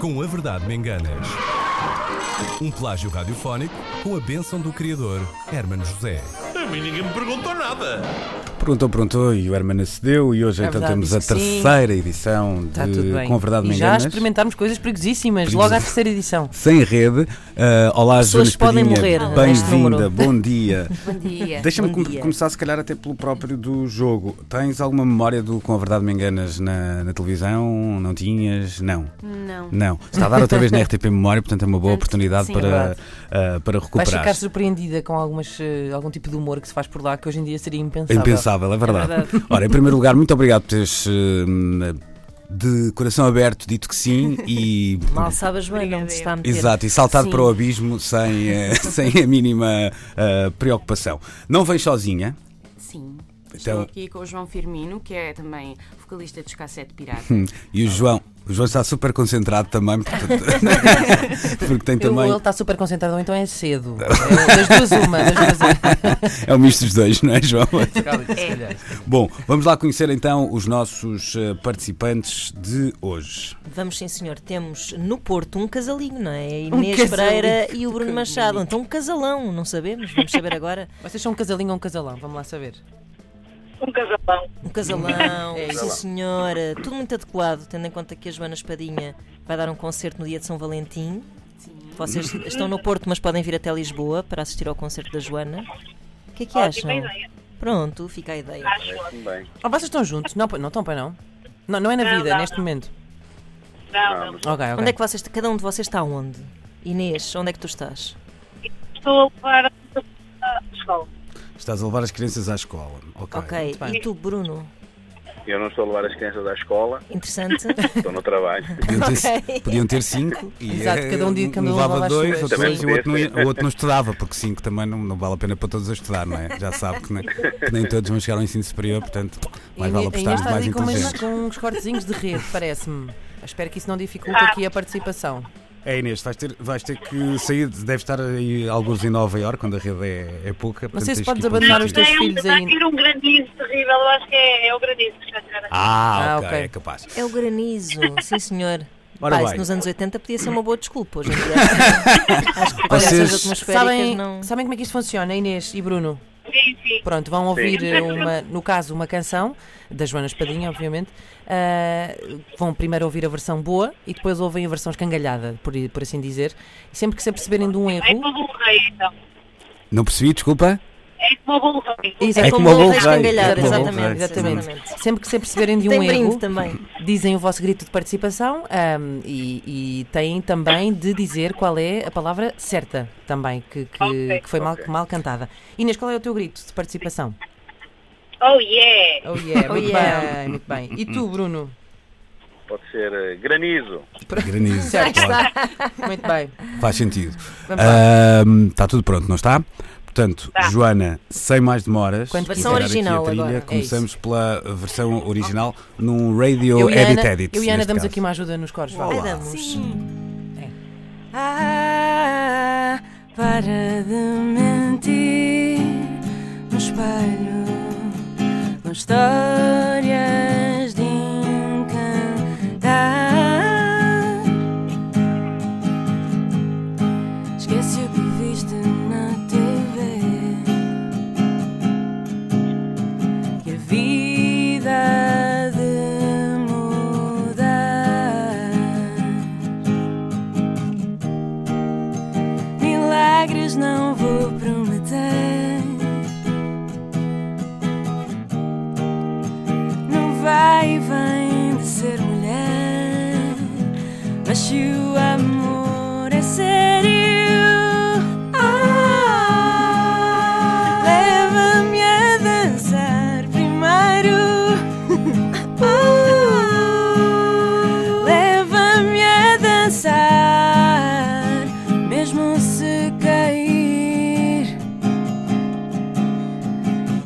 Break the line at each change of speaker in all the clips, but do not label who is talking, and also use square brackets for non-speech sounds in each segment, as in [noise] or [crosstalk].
Com a verdade me enganas. Um plágio radiofónico com a bênção do criador Hermano José.
A mim ninguém me perguntou nada.
Perguntou, perguntou e o Herman acedeu e hoje
É
então
verdade,
temos a
disse que sim.
terceira edição
Está
de
Tá tudo bem.
Com Verdade
e
Me
já
Enganas,
experimentámos coisas perigosíssimas, logo à terceira edição.
sem rede. Ah, olá,
Pessoas
Joana
podem
Espadinha,
morrer neste
Bem-vinda,
número.
bom
[laughs]
dia.
Bom dia.
Deixa-me
Bom
com-
dia.
começar se calhar até pelo próprio do jogo. Tens alguma memória do Com a Verdade Me Enganas na, na televisão? Não tinhas? Não.
Não.
Não. Está a dar outra vez
[laughs]
na RTP Memória, portanto é uma boa
Portanto,
oportunidade
sim,
para,
verdade.
ah, para
Vais
recuperar.
ficar surpreendida com algumas, eh, algum tipo de humor que se faz por lá que hoje em dia seria
É
impensável.
impensável, é verdade. Ora, em primeiro lugar, muito obrigado por teres hum, de coração aberto dito que sim e.
Mal sabe a Joana onde se está a meter.
Exato, e saltado
Sim.
para o abismo sem, eh, [laughs] sem a mínima eh, preocupação. Não vem sozinha,
Sim.
Então-
Estou aqui com o João Firmino, que é também vocalista dos Cassete Pirata.
hum, e o João. O João está super concentrado também, portanto- porque tem
Eu-
também.
Ele está super concentrado, ou então é
[laughs]
cedo. É, das duas, uma. Das duas, uma.
É o misto dos dois, não é, João?
Se calhar, se calhar.
Bom, vamos lá conhecer então os nossos eh, participantes de hoje.
Vamos sim, senhor. Temos no Porto um casalinho, não é? A Inês Pereira e o Bruno Machado. Então um casalão, não sabemos, vamos saber agora.
Vocês são um casalinho ou um casalão? Vamos lá saber.
Um casalão.
Um casalão,
É
sim senhora. Tudo muito adequado, tendo em conta que a Joana Espadinha vai dar um concerto no dia de São Valentim. Vocês estão no Porto, mas podem vir até Lisboa para assistir ao concerto da Joana. O que é que acham?
Ótima ideia.
Pronto, fica a ideia.
Acho ótimo.
Ah, vocês estão juntos? Não, pois- não estão, pois não? Não, não é na
Não,
vida,
não,
neste
não.
momento.
Não, não.
Ok, ok.
Onde é que vocês, cada um de vocês está onde? Inês, onde é que tu estás?
Estou a levar a escola.
Estás a levar as crianças à escola. Ok.
Ok.
muito bem.
E tu, Bruno?
Eu não estou a levar as crianças à escola,
Interessante.
estou no trabalho.
[laughs]
Podiam ter,
Ok.
podiam ter cinco e
Exato,
eh,
cada um dia-
um
cada um levava
levava
as
dois, ou
suas.
dois e o
Também
outro, não, ia- o outro não estudava, porque cinco também não, não vale a pena para todos a estudar, não é? Já sabe que, nem- que nem todos vão chegar ao ensino superior, portanto, mais vale
ainda
apostar nos
está
mais
ali com, umas-
inteligentes.
com uns cortezinhos de rede, parece-me. Espero que isso não dificulte
Ah.
aqui a participação.
É Inês, vais ter, vais ter que sair, deve estar aí alguns em Nova Iorque, quando a rede é, é pouca. portanto,
sei se
tens
podes
que ir para um
abandonar os
sítio.
teus
Tem um,
filhos
vai
aí.
vir um granizo terrível. Eu acho que é, é o granizo que está a chegar aqui.
Ah,
Ah,
ok,
ok.
é capaz.
É o granizo, sim senhor.
Ora
Pá,
bem.
isso nos anos 80 podia ser uma boa desculpa. Hoje em dia acho que- acho que
Vocês-
palhaças atmosféricas
Sabem,
não.
sabem como é que isto funciona, Inês e Bruno?
Sim, sim.
Pronto, vão ouvir eh,
Sim.
uma, no caso, uma canção da Joana Espadinha, obviamente. Ah, vão primeiro ouvir a versão boa e depois ouvem a versão escangalhada, por, por assim dizer. E sempre que se aperceberem de um
É
erro,
como um rei, então.
Não percebi, desculpa.
É como um rei.
Isso,
[laughs] É como
o
uma
rei
boa
escangalhado,
rei, é como uma
exatamente,
boa rei, sim.
exatamente.
sempre que se aperceberem de um
Tem brinde
erro,
também.
dizem o vosso grito de participação ahm, e, e têm também de dizer qual é a palavra certa também, que, que,
Ok.
que foi mal, mal cantada. Inês, qual é o teu grito de participação?
Oh, yeah.
Oh yeah,
Oh,
muito
yeah.
bem, muito bem. E tu, Bruno?
Pode ser eh, granizo.
[laughs]
Granizo.
Certo,
claro.
está.
[laughs]
Muito bem.
Faz sentido.
Vamos lá. Tá.
Ahm, está tudo pronto, não está? Portanto, Joana, sem mais demoras,
Quanto-
vou
versão
virar aqui
original
a trilha.
agora, é
começamos pela versão original num Radio
eu e a
Edit
Ana,
Edit.
eu e a Ana
neste
damos
caso.
aqui uma ajuda nos coros. vá.
Olá.
Ai, damos.
Ah, para de mentir no espelho com histórias de encantar. Esquece o que viste na TV. Que a vida há de mudar. Milagres não vou prometer. Não vai e vem de ser mulher, mas se o amor é sério, ah, leva-me a dançar primeiro. Uh, Leva-me a dançar, mesmo se cair.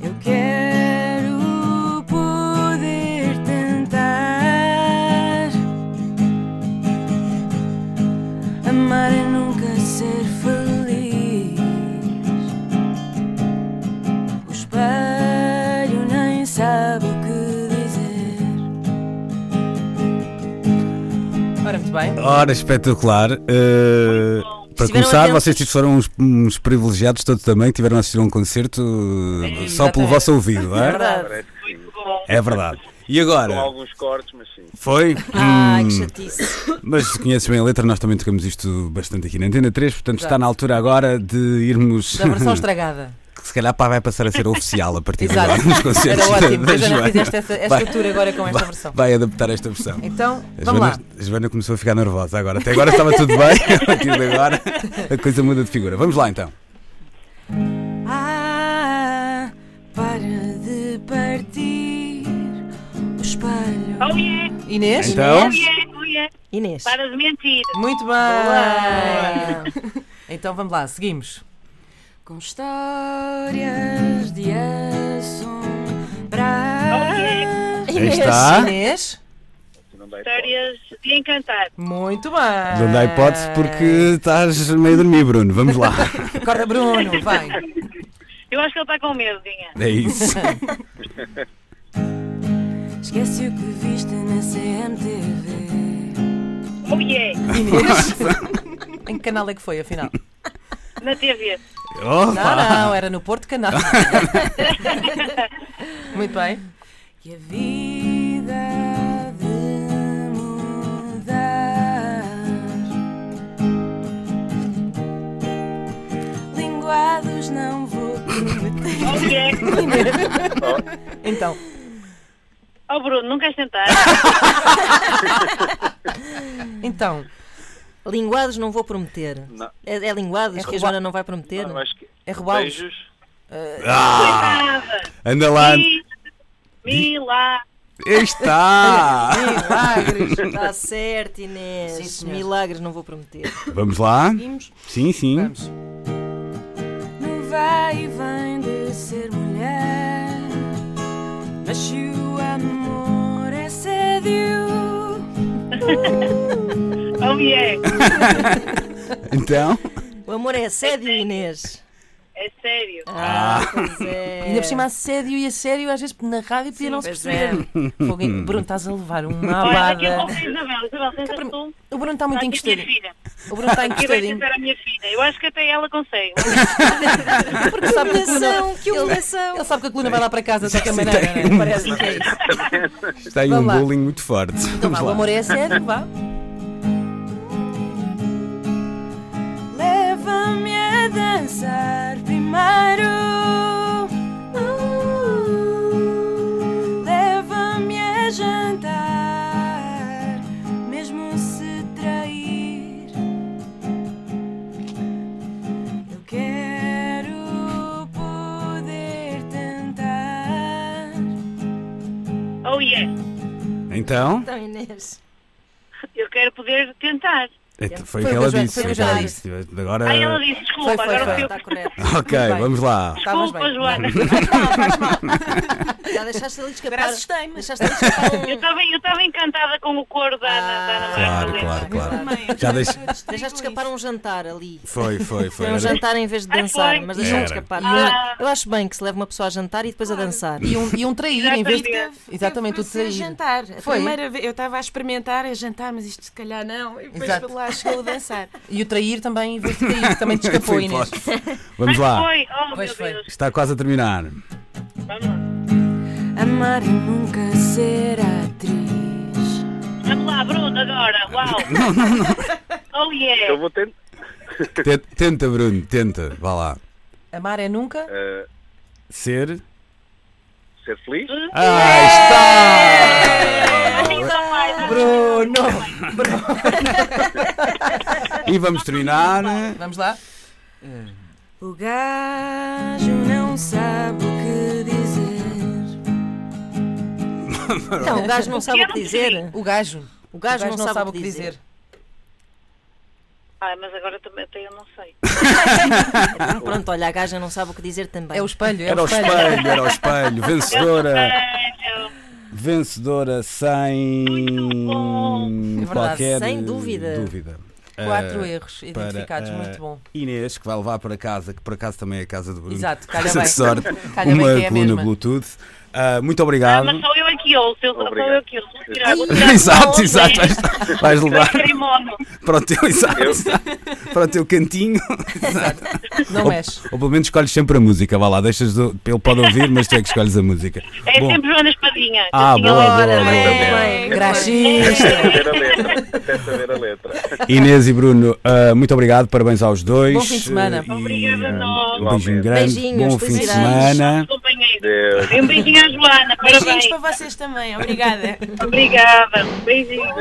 Eu quero poder tentar
muito bem.
Ora, espetacular. Eh, para
Estiveram
começar,
atentos.
vocês foram uns, uns privilegiados todos também, que tiveram a assistir a um concerto eh, só pelo
É, exatamente.
vosso ouvido,
[laughs]
não é?
Parece que sim.
Bom,
É verdade. E
Com
agora?
alguns cortes, mas sim.
[laughs]
Foi?
Ai, que
Hum,
chatice.
Mas se conheces bem a letra, nós também tocamos isto bastante aqui na Antena 3, portanto está na altura agora de irmos.
Da
[laughs]
[laughs] versão estragada.
que se calhar pá, vai passar a ser oficial a partir de
Exato.
agora nos concertos.
Era
da-
ótimo.
da
Mas já não
Joana.
fizeste essa,
Vai-
esta tour agora com esta
vai-
versão.
Vai adaptar esta versão.
Então,
A
vamos lá.
Joana, a Joana começou a ficar nervosa agora. Até agora estava tudo bem, [laughs] a partir de agora a coisa muda de figura. Vamos lá então.
Ah, para de partir o espelho.
oh yeah,
Inês?
Então,
oh yeah, oh yeah.
Inês.
Para de mentir.
Muito bem. [laughs] Então vamos lá, seguimos.
Com histórias de assombrar.
aí está.
Inês?
Não dá hipótese.
Histórias de encantar.
Muito bem.
Não dá hipótese porque estás meio a dormir, Bruno. Vamos lá.
Acorda, Bruno, vai.
Eu acho que ele está com medo, Dinha.
É isso.
Esquece o que viste na CMTV.
[laughs]
Oh yeah,
Em que canal é que foi, afinal?
na TV.
Não,
Opa!
não, era no Porto Canal. Muito bem.
Que a vida há de mudar. Linguados não vou prometer.
Oh yeah.
Então,
Oh Bruno, não queres tentar?
então,
[laughs] Linguados não vou prometer.
Não.
É, é linguados que a
roubar-
Joana não vai prometer?
Não, acho que-
É roubá-los.
Beijos.
Nada.
Anda
Ah.
lá.
Mi- Milá.
Aí está!
milagres.
Está Tá certo, Inês.
senhor.
Milagres não vou prometer.
Vamos lá? Sim, sim.
No vai e vem de ser mulher Mas se o amor é sério
Oh yeah.
Então,
O amor é
[laughs]
assédio, Inês.
É sério.
Ah, pois é.
Ainda por cima, assédio e a sério, às vezes na rádio podia não se
pois
perceber. Fogo em- Bruno, estás a levar uma
Olha, aqui eu vou
abada.
ver Isabel. Isabel, tens
Para mim-
razão.
O Bruno está muito
Aqui a minha
encostadinho.
filha.
O Bruno está
Aqui é vai
encostadinho.
tentar a minha filha. Eu acho que até ela consegue.
Porque sabe que a coluna,
Que humilhação.
é ele sabe que a coluna vai lá para casa de qualquer maneira. não é? Parece que é isso.
está aí um
Vamos lá.
bullying muito forte.
Então vá,
Vamos
o
lá.
amor é a sério, vá.
Leva-me a dançar primeiro Uh, Leva-me a jantar Mesmo se trair Eu quero poder tentar
Oh yeah.
Então,
Então, Inês.
Eu quero poder tentar.
então, foi o que
Foi o
ela
que a
disse. Foi o que
Joana-
ela
foi o
disse. Agora.
Aí ela disse, desculpa,
Foi, foi,
agora
foi.
Tá
Tá
fui eu.
Está
[laughs]
correto.
[laughs] Ok,
Muito bem.
vamos lá.
Estavas
Desculpa,
bem.
Joana.
Já deixaste ali escapar.
Assustei-me
Deixaste ali escapar um-
Eu estava eu estava encantada com o coro da Ana. da Ana
Ah, Claro,
Marta.
claro, claro.
também.
Já deixa.
Deixaste escapar um jantar ali.
Foi, foi, foi.
Era um
Era-
jantar em vez de
Ai, foi.
dançar, mas deixaram
Era.
escapar.
Ah.
Eu, eu acho bem que se leve uma pessoa a jantar e depois a dançar.
E um, e um trair em vez de.
Exatamente.
Exatamente, o
Teve a
trair.
jantar. A
Foi?
primeira vez, eu estava a experimentar a jantar, mas isto se calhar não. E depois
Exato.
por lá chegou a dançar.
E o trair também em vez de trair, também
[laughs]
te escapou,
Foi
Inês.
hipótese. Vamos lá.
Foi, oh
Pois
meu
foi.
Deus.
Está quase a terminar.
Vamos lá.
[laughs] Amar e nunca ser atriz
Vamos lá, Bruno, agora.
[laughs]
Uau. Oh
Eu
yeah.
vou tentar.
Te- Tenta, Bruno, tenta. Vá lá.
Amar é nunca.
eh,
Ser.
ser feliz.
[laughs]
Ah, está!
Então vai, vai.
Bruno!
E vamos
É
terminar.
Vamos lá.
O gajo não sabe o que dizer.
Então, o gajo não sabe o que dizer.
O gajo.
O gajo não sabe o que dizer.
Ai, Ah, mas agora também até eu não
[laughs]
sei.
Então, Pronto, olha, a gaja não sabe o que dizer também.
É o espelho, é
Era
o
ao
espelho.
espelho, era ao espelho. Vencedora.
Eu-
Vencedora sem.
bom.
É verdade,
qualquer
sem dúvida.
dúvida.
Quatro
Eh,
erros
para eh,
identificados,
a
muito bom.
Inês, que vai levar para casa, que por acaso também é a casa do Bruno. [laughs]
Exato, calha
Essa
bem.
sorte,
[laughs] Calha bem
uma
que é a
coluna
mesma.
Bluetooth. Ah, muito obrigado. [laughs]
Mas sou eu eu que ouço, eu sou sou
Obrigado.
eu que ouço. Vou tirar- vou tirar
Exato,
com
exato.
vocês.
Vais, vais levar
né?
[laughs]
Lacrimono.
para o teu, exato,
Eu-
exato, para o teu
[laughs]
cantinho.
Não mexe.
Ou pelo menos escolhes sempre a música. Vá lá, deixas. o- Ele pode ouvir, mas tu é que escolhes a música.
[laughs] É
Bom.
sempre Joana Espadinha. que
Ah,
eu tinha
boa,
lá.
boa, boa.
bem.
Graxista.
Até saber a letra. Até saber a letra.
[laughs]
Inês e Bruno, ah, muito obrigado, parabéns aos dois.
Bom fim de semana.
E,
Obrigada a
ah,
nós.
um beijinho grande,
Beijinhos,
bom fim de
felicidades.
semana.
Companheiro. E um beijinho à Joana,
Beijinhos
parabéns.
para vocês também, obrigada.
Obrigada. Beijinho.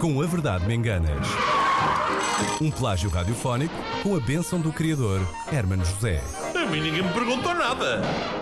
Com a Verdade Me Enganas. Um plágio radiofónico com a bênção do criador Hermano José.
A mim ninguém me perguntou nada.